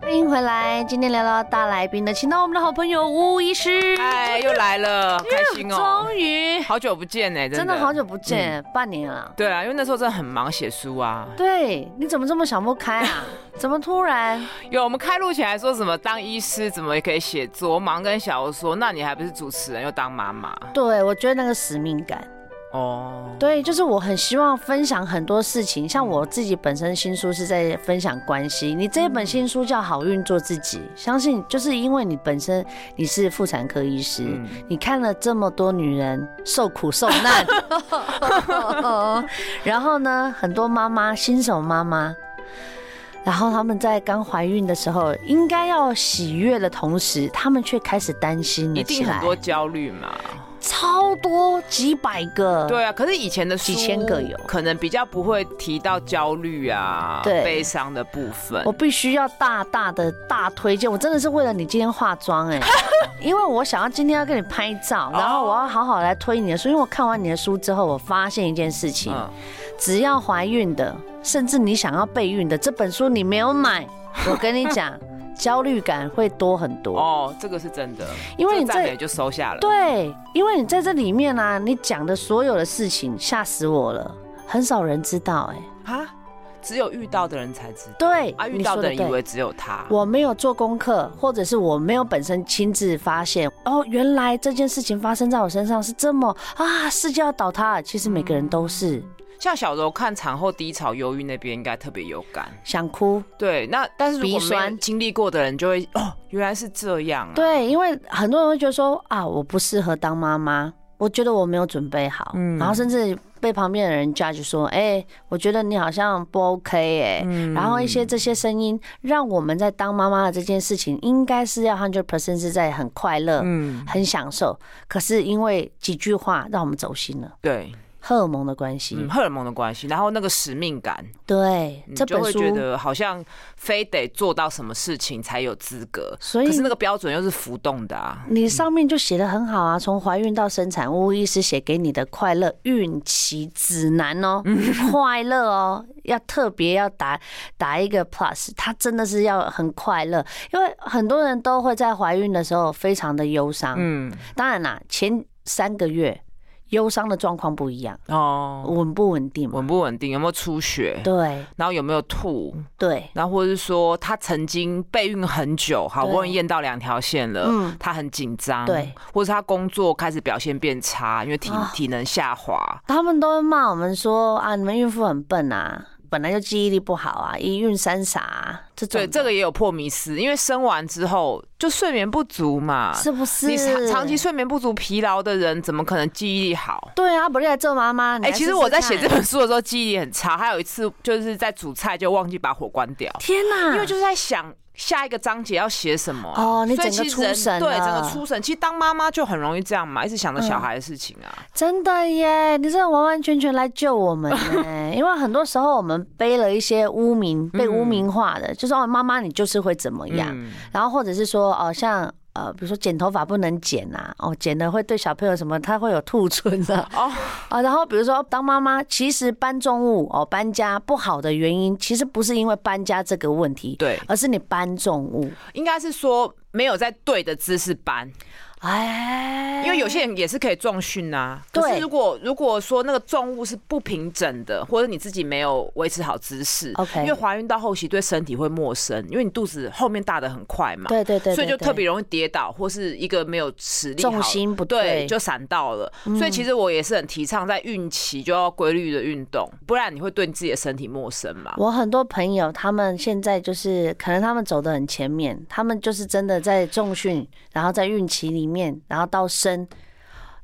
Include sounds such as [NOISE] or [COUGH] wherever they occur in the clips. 欢迎回来，今天聊聊大来宾的，请到我们的好朋友吴医师。哎，又来了，开心哦！终于，好久不见呢、真欸的嗯真的好久不见，半年了。对啊，因为那时候真的很忙写书啊。对，你怎么这么想不开 [LAUGHS] 啊？怎么突然？有我们开录前还说什么当医师怎么也可以写作忙跟小说，那你还不是主持人又当妈妈对我觉得那个使命感，哦？对，就是我很希望分享很多事情。嗯像我自己本身新书是在分享关系，你这一嗯本新书叫《好运做自己》，相信就是因为你本身你是妇产科医师，嗯你看了这么多女人受苦受 [LAUGHS] 难，然后呢，很多妈妈新手妈妈。然后她们在刚怀孕的时候，应该要喜悦的同时，她们却开始担心了一起定来很，多焦虑嘛。超多几百个，对啊，可是以前的书几千个有可能比较不会提到焦虑啊、对悲伤的部分我。必须要大大的大推荐，我真的是为了你今天化妆 [LAUGHS] 哎、因为我想要今天要跟你拍照，然后我要好好来推你的书，因为我看完你的书之后，我发现一件事情，嗯，只要怀孕的，甚至你想要备孕的，这本书你没有买，我跟你 [LAUGHS] 讲，焦虑感会多很多，哦，这个是真的，因为这你个赞在美就收下了。对，因为你在这里面啊，你讲的所有的事情吓死我了，很少人知道哎、啊，只有遇到的人才知道。对，啊，遇你到说的得人以对为只有他。我没有做功课，或者是我没有本身亲自发现，哦，原来这件事情发生在我身上是这么啊，世界要倒塌了。其实每个人都是像小柔看产后低潮、忧郁那边，应该特别有感。想哭，对，那但是如鼻果没有酸经历过的人，就会哦，原来是这样、啊。，对，因为很多人会觉得说啊，我不适合当妈妈，我觉得我没有准备好，嗯然后甚至被旁边的人 judge 说，哎、我觉得你好像不 OK 哎、嗯然后一些这些声音，让我们在当妈妈的这件事情，应该是要 hundred percent 是在很快乐，嗯，很享受，可是因为几句话让我们走心了，对，荷尔蒙的关系。嗯，荷尔蒙的关系，然后那个使命感，对，你这就本会书，觉得好像非得做到什么事情才有资格，所以可是那个标准又是浮动的啊。你上面就写的很好啊，从怀孕到生产，巫医师写给你的快乐孕期指南哦，嗯快乐哦，要特别要打打一个 plus，它真的是要很快乐，因为很多人都会在怀孕的时候非常的忧伤，嗯，当然啦，前三个月忧伤的状况不一样，哦，稳不稳定嘛？稳不稳定，有没有出血，嗯对然后有没有吐，对，然后或者是说他曾经备孕很久，好不容易对验到两条线了，嗯他很紧张，对，或者是他工作开始表现变差，因为体、啊体能下滑，他们都会骂我们说啊，你们孕妇很笨啊，本来就记忆力不好啊，一孕三傻、啊、这种对，的，这个也有破迷思，因为生完之后就睡眠不足嘛，是不是？你长长期睡眠不足、疲劳的人，怎么可能记忆力好？对啊，不是来做妈妈。你哎、来其实试我试在写这看，本书的时候记忆力很差，还有一次就是在煮菜就忘记把火关掉，天哪、因为就是在想下一个章节要写什么啊、哦你所以整个其实出人神对，整了个出神。其实当妈妈就很容易这样嘛，一直想着小嗯孩的事情啊。真的耶，你真的完完全全来救我们呢、 [LAUGHS] 因为很多时候我们背了一些污名，被污名化的，就说哦，妈妈你就是会怎么样，嗯然后或者是说哦，像。呃，比如说剪头发不能剪啊，哦，剪了会对小朋友什么，他会有兔唇 [LAUGHS] 啊，哦，啊，然后比如说当妈妈，其实搬重物哦，搬家不好的原因，其实不是因为搬家这个问题，对，而是你搬重物。应该是说没有在对的姿势搬，哎，因为有些人也是可以重训啊。对可是如果如果说那个重物是不平整的，或者你自己没有维持好姿势 OK 因为怀孕到后期对身体会陌生，因为你肚子后面大的很快嘛，对对对对所以就对特别容易跌倒，或是一个没有实力好，重心不对嗯对，就闪到了。所以其实我也是很提倡在孕期就要规律的运动，不然你会对你自己的身体陌生嘛。我很多朋友，他们现在就是可能他们走得很前面，他们就是真的在重训，然后在孕期里面，然后到生，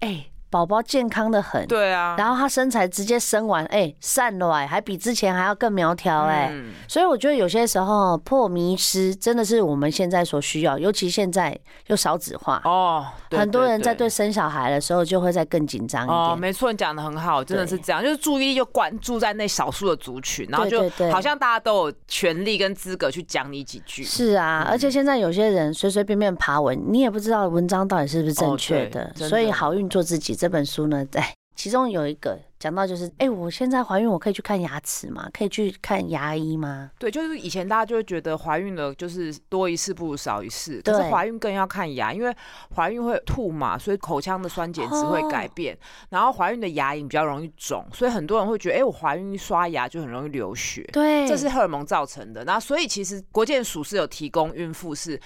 哎、宝宝健康的很，对啊，然后他身材直接生完，哎、散了、哎，还比之前还要更苗条、哎、嗯所以我觉得有些时候破迷失真的是我们现在所需要，尤其现在又少子化，哦，对很多人在对生小孩的时候就会再更紧张一哦，点。没错，你讲的很好，真的是这样，就是注意力就关注在那少数的族群，然后对就对对好像大家都有权利跟资格去讲你几句。是嗯啊，而且现在有些人随随便便爬文，你也不知道文章到底是不是正确的哦对真的所以《好运做自己》这本书呢， [LAUGHS] 哎，其中有一个讲到就是，哎、我现在怀孕，我可以去看牙齿吗？可以去看牙医吗？对，就是以前大家就会觉得怀孕了就是多一事不如少一事，可对是怀孕更要看牙，因为怀孕会吐嘛，所以口腔的酸碱值会改哦变，然后怀孕的牙龈比较容易肿，所以很多人会觉得，哎、我怀孕一刷牙就很容易流血。对，这是荷尔蒙造成的，那所以其实国健署是有提供孕妇是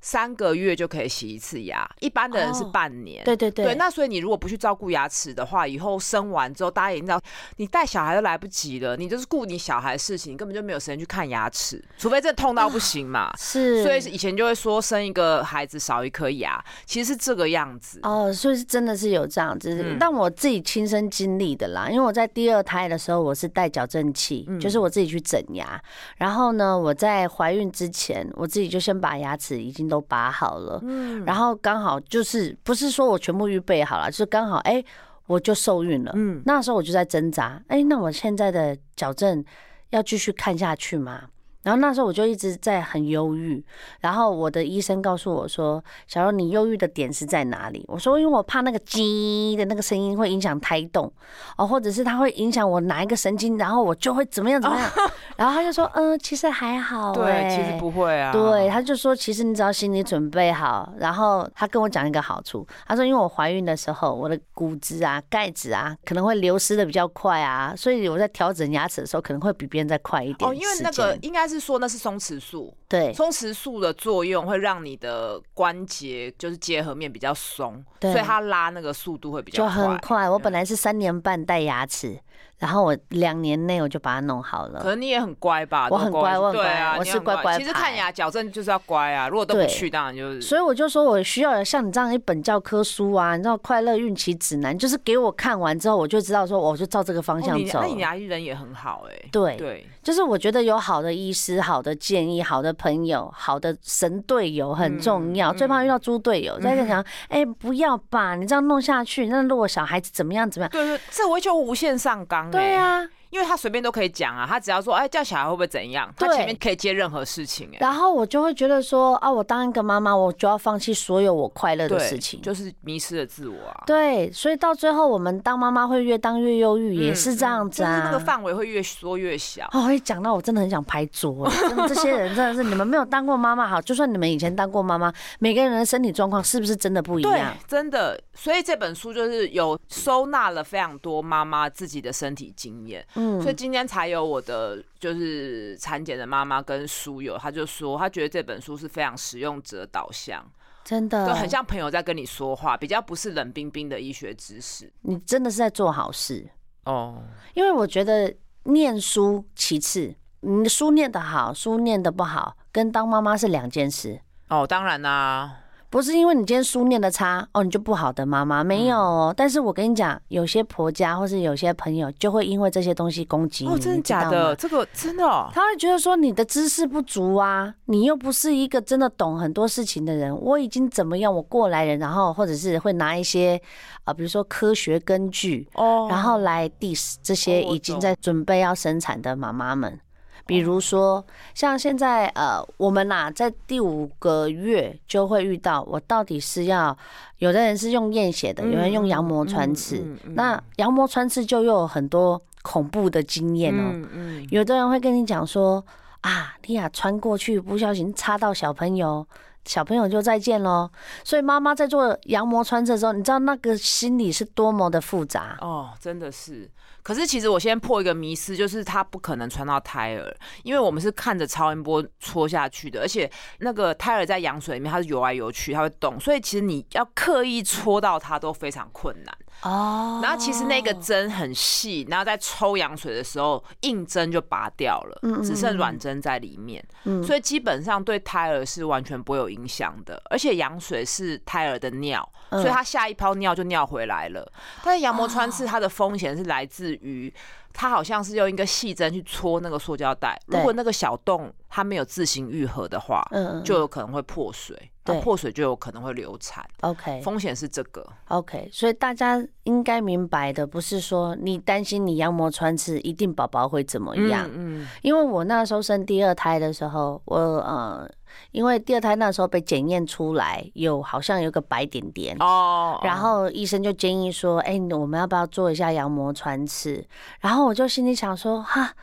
三个月就可以洗一次牙，一般的人是哦半年。对对对，对，那所以你如果不去照顾牙齿的话，以后生完之后，大家也知道，你带小孩都来不及了，你就是顾你小孩的事情，你根本就没有时间去看牙齿，除非真的痛到不行嘛。啊是，所以以前就会说生一个孩子少一颗牙，其实是这个样子。哦，所以是真的是有这样子，嗯但我自己亲身经历的啦。因为我在第二胎的时候，我是带矫正器，嗯就是我自己去整牙。然后呢，我在怀孕之前，我自己就先把牙齿已经都拔好了，嗯然后刚好就是不是说我全部预备好了，就是刚好哎、我就受孕了。嗯那时候我就在挣扎，哎、那我现在的矫正要继续看下去吗？然后那时候我就一直在很忧郁，然后我的医生告诉我说：“小柔，你忧郁的点是在哪里？”我说：“因为我怕那个鸡的那个声音会影响胎动，哦，或者是它会影响我哪一个神经，然后我就会怎么样怎么样。然后他就说：“嗯，其实还好、哦对，其欸实不会啊。对，，他就说，其实你只要心理准备好，然后他跟我讲一个好处，他说，因为我怀孕的时候，我的骨质啊、钙质啊，可能会流失的比较快啊，所以我在调整牙齿的时候，可能会比别人再快一点哦，时因间。为那个应该是说那是松弛素，对松弛素的作用会让你的关节就是结合面比较松，对所以它拉那个速度会比较就快。嗯很快。我本来是三年半戴牙齿，然后我两年内我就把它弄好可了。能你也很乖吧？我都很乖乖我很对啊，乖我你是很乖乖乖其实牌看牙矫正就是要乖啊，如果都不对去，当然就是。所以我就说，我需要有像你这样一本教科书啊，你知道《快乐孕期指南》，就是给我看完之后，我就知道说，我就照这个方哦向你走。那你牙医人也很好哎、对对，就是我觉得有好的医师、好的建议、好的朋友、好的神队友很重嗯要。最怕遇到猪队 [LAUGHS] 友，在那想，哎、不要吧，你这样弄下去，那如果小孩子怎么样怎么样？对对，这我就无限上纲、欸。对，啊，因为他随便都可以讲啊，他只要说哎叫小孩会不会怎样，他对前面可以接任何事情哎、然后我就会觉得说，啊，我当一个妈妈，我就要放弃所有我快乐的对，事情。就是迷失了自我啊。对，所以到最后，我们当妈妈会越当越忧郁，也是这样子嗯就是啊。那个范围会越缩越小。哦，一讲到我真的很想拍桌哎，真的这些人真的是，你们没有当过妈妈好，就算你们以前当过妈妈，每个人的身体状况是不是真的不一对样？，真的，所以这本书就是有收纳了非常多妈妈自己的身体经验，嗯所以今天才有我的就是产检的妈妈跟书友，她就说她觉得这本书是非常使用者导向，真的就很像朋友在跟你说话，比较不是冷冰冰的医学知识。你真的是在做好事，哦，因为我觉得念书其次，你的书念得好，书念得不好，跟当妈妈是两件事。哦，当然啦、不是因为你今天书念的差哦，你就不好的妈妈嗯没有哦。但是我跟你讲，有些婆家或是有些朋友就会因为这些东西攻击你，哦，真的你知道假的？吗？这个真的、哦，他会觉得说你的知识不足啊，你又不是一个真的懂很多事情的人。我已经怎么样，我过来人，然后或者是会拿一些啊、呃比如说科学根据，哦然后来 diss 这些哦我哦已经在准备要生产的妈妈们。比如说，像现在呃，我们呐、在第五个月就会遇到，我到底是要有的人是用验血嗯的，有人用羊膜穿刺，那嗯哦羊膜穿刺就又有很多恐怖的经验哦。嗯嗯，有的人会跟你讲说啊，莉亚穿过去不小心插到小朋友，小朋友就再见喽。所以妈妈在做羊膜穿刺的时候，你知道那个心理是多么的复杂。哦，真的是。可是其实我先破一个迷思，就是它不可能传到胎儿，因为我们是看着超音波戳下去的，而且那个胎儿在羊水里面它是游来游去，它会动，所以其实你要刻意戳到它都非常困难。哦，然后其实那个针很细，然后在抽羊水的时候，硬针就拔掉了，嗯嗯只剩嗯软针在里面，嗯所以基本上对胎儿是完全不会有影响的。而且羊水是胎儿的尿，嗯所以他下一泡尿就尿回来了。但是羊膜穿啊刺它的风险是来自于。它好像是用一个细针去戳那个塑胶袋，如对果那个小洞它没有自行愈合的话，嗯嗯就有可能会破水，啊对破水就有可能会流产， OK 风险是这个。 OK，所以大家应该明白的，不是说你担心你羊膜穿刺一定宝宝会怎么样，嗯，嗯因为我那时候生第二胎的时候，我呃，因为第二胎那时候被检验出来有好像有个白点点。哦，然后医生就建议说：“哎、我们要不要做一下羊膜穿刺？”然后我就心里想说：“哈，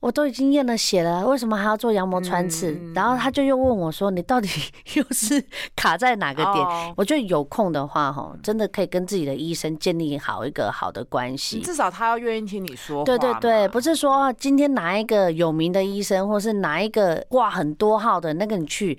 我都已经验了血了，为什么还要做羊膜穿刺？”嗯然后他就又问我说：“你到底 [LAUGHS] 又是卡在哪个点？”哦嗯我觉得有空的话，哈，真的可以跟自己的医生建立好一个好的关系。至少他要愿意听你说话。对对对，不是，是说啊今天哪一个有名的医生，或是哪一个挂很多号的那个你去，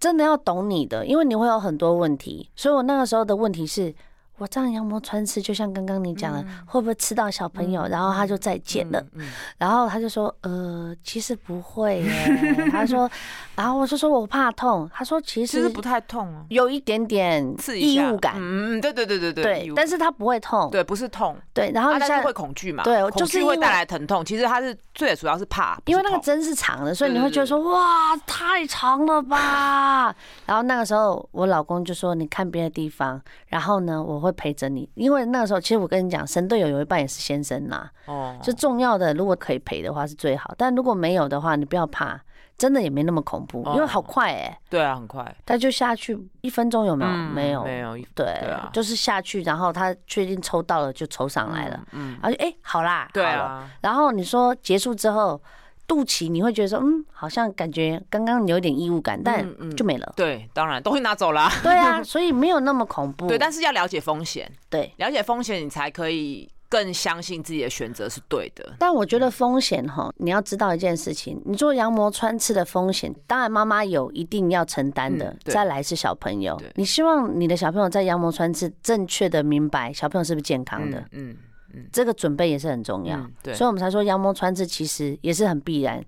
真的要懂你的，因为你会有很多问题。所以我那个时候的问题是。我这样羊膜穿刺，就像刚刚你讲了，会不会刺到小朋友？然后他就再见了。嗯然后他就说：“呃，其实不会耶。” [LAUGHS] 他说，然后我就说我怕痛。他说其其实实不太痛啊，有一点点刺一异下物感，嗯，嗯对对对对对异，物但是他不会痛。对不是痛，对，然后啊但像是会恐惧嘛，对恐就是惧因会为带来疼痛。其实他是最主要是怕，不是因为那个痛针是长的，所以你对会对觉得说哇太长了吧。 [LAUGHS] 然后那个时候我老公就说你看别的地方，然后呢我会陪着你，因为那个时候其实我跟你讲，神队友有一半也是先生啦，哦，就重要的如果可以陪的话是最好，但如果没有的话你不要怕，真的也没那么恐怖，哦因为好快哎、欸，对啊，很快，他就下去一分钟有没有？嗯没有，没有，对，对啊就是下去，然后他确定抽到了就抽上来了，嗯，嗯，然后就哎、好啦，对好了啊，然后你说结束之后，肚脐你会觉得说，嗯，好像感觉刚刚有点异物感，但嗯嗯就没了。 [LAUGHS] 对，当然东西拿走了，对啊，所以没有那么恐怖。对，但是要了解风险，对了解风险，你才可以更相信自己的选择是对的。但我觉得风险哈，你要知道一件事情，你做羊膜穿刺的风险，当然妈妈有一定要承担的嗯，对再来是小朋友对。你希望你的小朋友在羊膜穿刺正确的明白小朋友是不是健康的嗯，嗯嗯，这个准备也是很重要。嗯对所以，我们才说羊膜穿刺其实也是很必然。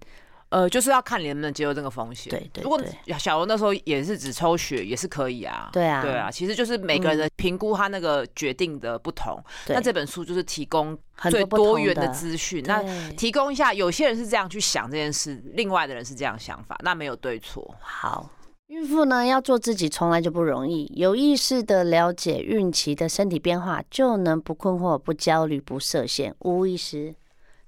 呃，就是要看你能不能接受这个风险。对对如果对小罗那时候也是只抽血，也是可以啊。对啊，嗯对啊，其实就是每个人的评估他那个决定的不同。对，那这本书就是提供很最不多同元的资讯，那对提供一下，有些人是这样去想这件事，另外的人是这样想法，那没有对错。好，孕妇呢要做自己从来就不容易，有意识的了解孕期的身体变化，就能不困惑、不焦虑、不设限。吴医师，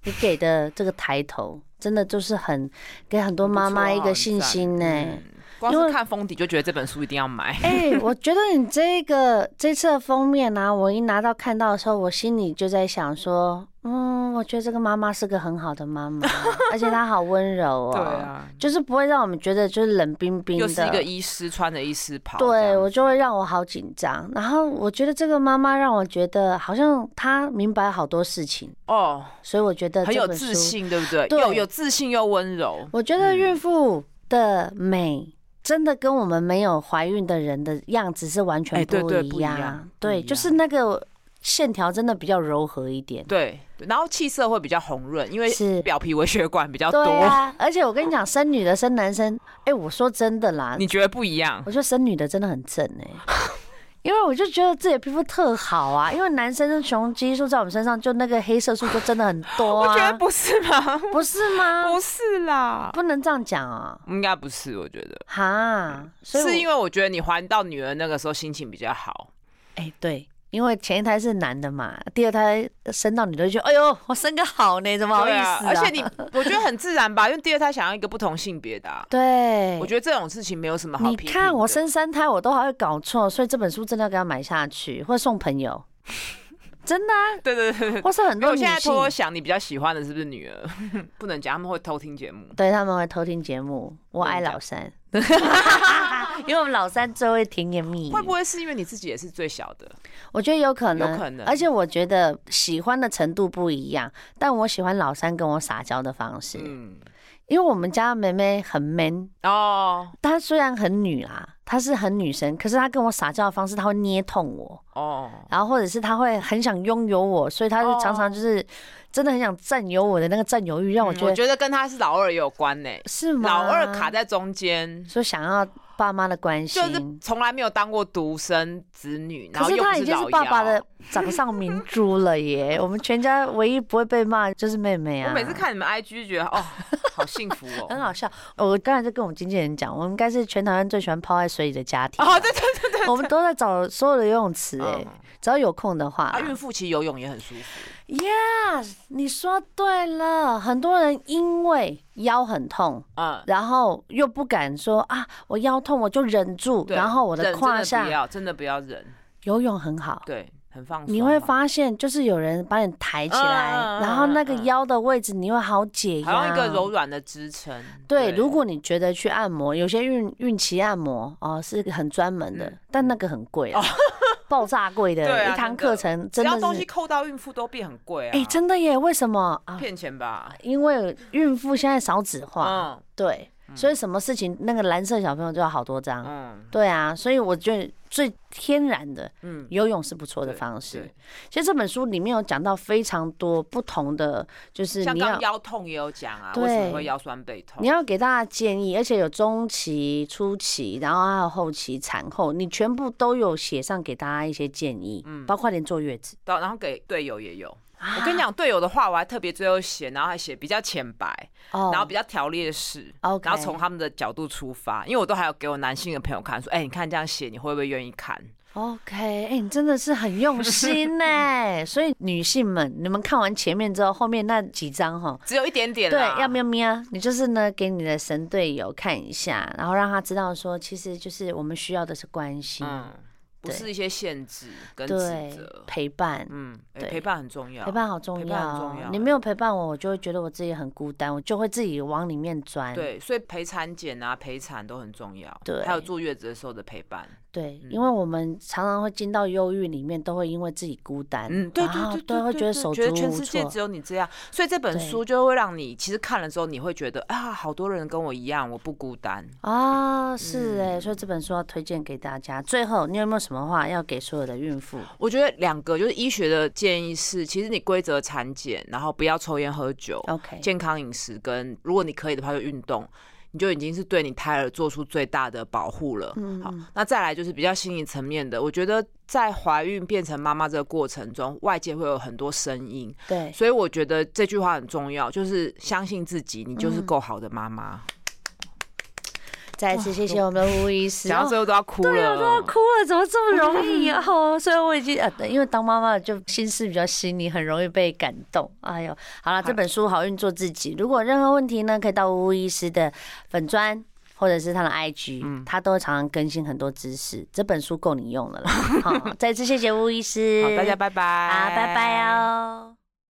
你给的这个抬头，真的就是很给很多妈啊妈一个信心呢、欸嗯光因为是看封底就觉得这本书一定要买。哎、我觉得你这个这次的封面呢、啊，我一拿到看到的时候，我心里就在想说，嗯，我觉得这个妈妈是个很好的妈妈，而且她好温柔哦， [LAUGHS] 对，啊，就是不会让我们觉得就是冷冰冰的，又是一个医师穿着医师袍这样子，对我就会让我好紧张。然后我觉得这个妈妈让我觉得好像她明白好多事情，哦，所以我觉得很这有本自书。信，嗯对不对？对有有自信又温柔。我觉得孕妇的美。真的跟我们没有怀孕的人的样子是完全哎对不对一不一样样，对，不一就是样那个线条真的比较柔和一点，对，对然后气色会比较红润，因为是，表皮微血管比较多，对啊。而且我跟你讲，生女的生男生，哎，我说真的啦，你觉得不一样？ [LAUGHS] 我觉得生女的真的很正 [LAUGHS] 哎、因为我就觉得自己的皮肤特好啊，因为男生的雄激素在我们身上就那个黑色素就真的很多我觉啊得，不是 [LAUGHS] 吗？不是吗？不是啦，不能这样讲啊，应该不是，我觉得。哈，所以是因为为我觉得你怀到女儿那个时候心情比较好，哎、对，因为前一胎是男的嘛，第二胎生到女的就觉得，哎呦，我生个好呢，怎么好意对思、啊，而 [LAUGHS] 且你，我觉得很自然吧，因为第二胎想要一个不同性别的、啊，对，我觉得这种事情没有什么好你批评的。看我生三胎我都还会搞错，所以这本书真的要给他买下去，或者送朋友，真的、啊，对对对对，或是很因为多我女现在性偷。偷想，你比较喜欢的是不是女儿？ [LAUGHS] 不能讲，他们会偷听节目。嗯 [LAUGHS] 对，他们会偷听节目。我爱老三， [LAUGHS] 因为我们老三最会甜言蜜语。会不会是因为你自己也是最小的？我觉得有可能，有可能而且我觉得喜欢的程度不一样，但我喜欢老三跟我撒娇的方式，嗯，因为我们家妹妹很 man，哦她虽然很女啦，她是很女生，可是她跟我撒娇的方式，她会捏痛我，哦，然后或者是她会很想拥有我，所以她就常常就是真的很想占有我的那个占有欲，让我哦嗯觉得、跟他是老二也有关呢、是吗？老二卡，在中间。说想要爸妈的关心，就是从来没有当过独生子女，然可后是又不他已经老是爸爸幺的掌上明珠了 [LAUGHS] 耶！我们全家唯一不会被骂就是妹妹啊。我每次看你们 IG 就觉 [LAUGHS] 得哦，好幸福哦，很好笑，我刚才就跟我经纪人讲，我们应该是全台湾最喜欢泡在水里的家庭。哦，对对对我们都在找所有的游泳池哎、嗯只要有空的话啊，。孕妇其实游泳也很舒服， Yes，你说对了，很多人因为腰很痛。嗯，然后又不敢说啊，我腰痛我就忍住，对然后我忍的真胯不下要，真的不要忍，游泳很好，对，很放松嘛。啊你会发现，就是有人把你抬起来，嗯嗯嗯然后那个嗯嗯腰的位置你会好解压，好像一个柔软的支撑。对，如果你觉得去按摩，有些孕孕期按摩哦是很专门的嗯，但那个很贵啊， [LAUGHS] 爆炸贵对的，啊一堂那个课程只真要的东是西，扣到孕妇都变很贵啊，哎，真的耶，为什么啊？骗钱吧？因为孕妇现在少子化，嗯对，所以什么事情那个蓝色小朋友就要好多张，嗯对啊，所以我觉得最天然的嗯，游泳是不错的对方式对。其实这本书里面有讲到非常多不同的，就是像你刚要刚腰痛也有讲啊，对为什么会腰酸背痛你？要给大家建议，而且有中期、初期，然后还有后期、产后，你全部都有写上给大家一些建议，嗯包括连坐月子。到然后给队友也有。我跟你啊讲，队友的话我还特别最后写，然后还写比较浅白，哦然后比较条列式， OK 然后从他们的角度出发，因为我都还有给我男性的朋友看，说，哎、你看这样写，你会不会愿意看？ OK，哎、你真的是很用心呢、 [LAUGHS] 所以女性们，你们看完前面之后，后面那几章哈，只有一点点对啦，，要喵喵，你就是呢，给你的神队友看一下，然后让他知道说，其实就是我们需要的是关心，嗯，不对是一些限制跟指对责，，陪伴，嗯，哎对陪伴很重要，陪伴好重陪要伴很哦，重要哎你没有陪伴我，我就会觉得我自己很孤单，我就会自己往里面钻。对，所以陪产检啊、陪产都很重要，对还有坐月子的时候的陪伴，对嗯因为我们常常会进到忧郁里面，都会因为自己孤单，嗯，对然对后对对，会觉得对手足觉得全无世界措只。有你这样，所以这本对书就会让你其实看了之后，你会觉得啊，好多人跟我一样，我不孤单。啊，是哎、嗯所以这本书要推荐给大家。最后，你有没有什么话要给所有的孕妇？我觉得两个就是医学的建议是，其实你规则产检，然后不要抽烟喝酒 OK 健康饮食跟如果你可以的话就运动，你就已经是对你胎儿做出最大的保护了。嗯好，那再来就是比较心理层面的，我觉得在怀孕变成妈妈这个过程中，外界会有很多声音，对，所以我觉得这句话很重要，就是相信自己，你就是嗯够好的妈妈。再一次谢谢我们的吴医师。讲到最哦后都要哭对啊，我都要了，哭了，怎么这么容易啊？ [LAUGHS] 哦，所以我已经呃，因为当妈妈就心思比较细腻，很容易被感动。哎呦，好了，这本书《好运做自己》，如果有任何问题呢，可以到吴医师的粉砖。或者是他的 IG，、他都常常更新很多知识。这本 [LAUGHS] 书够你用了啦。好，再次谢谢吴医师，好，大家拜拜，啊，拜拜。哦。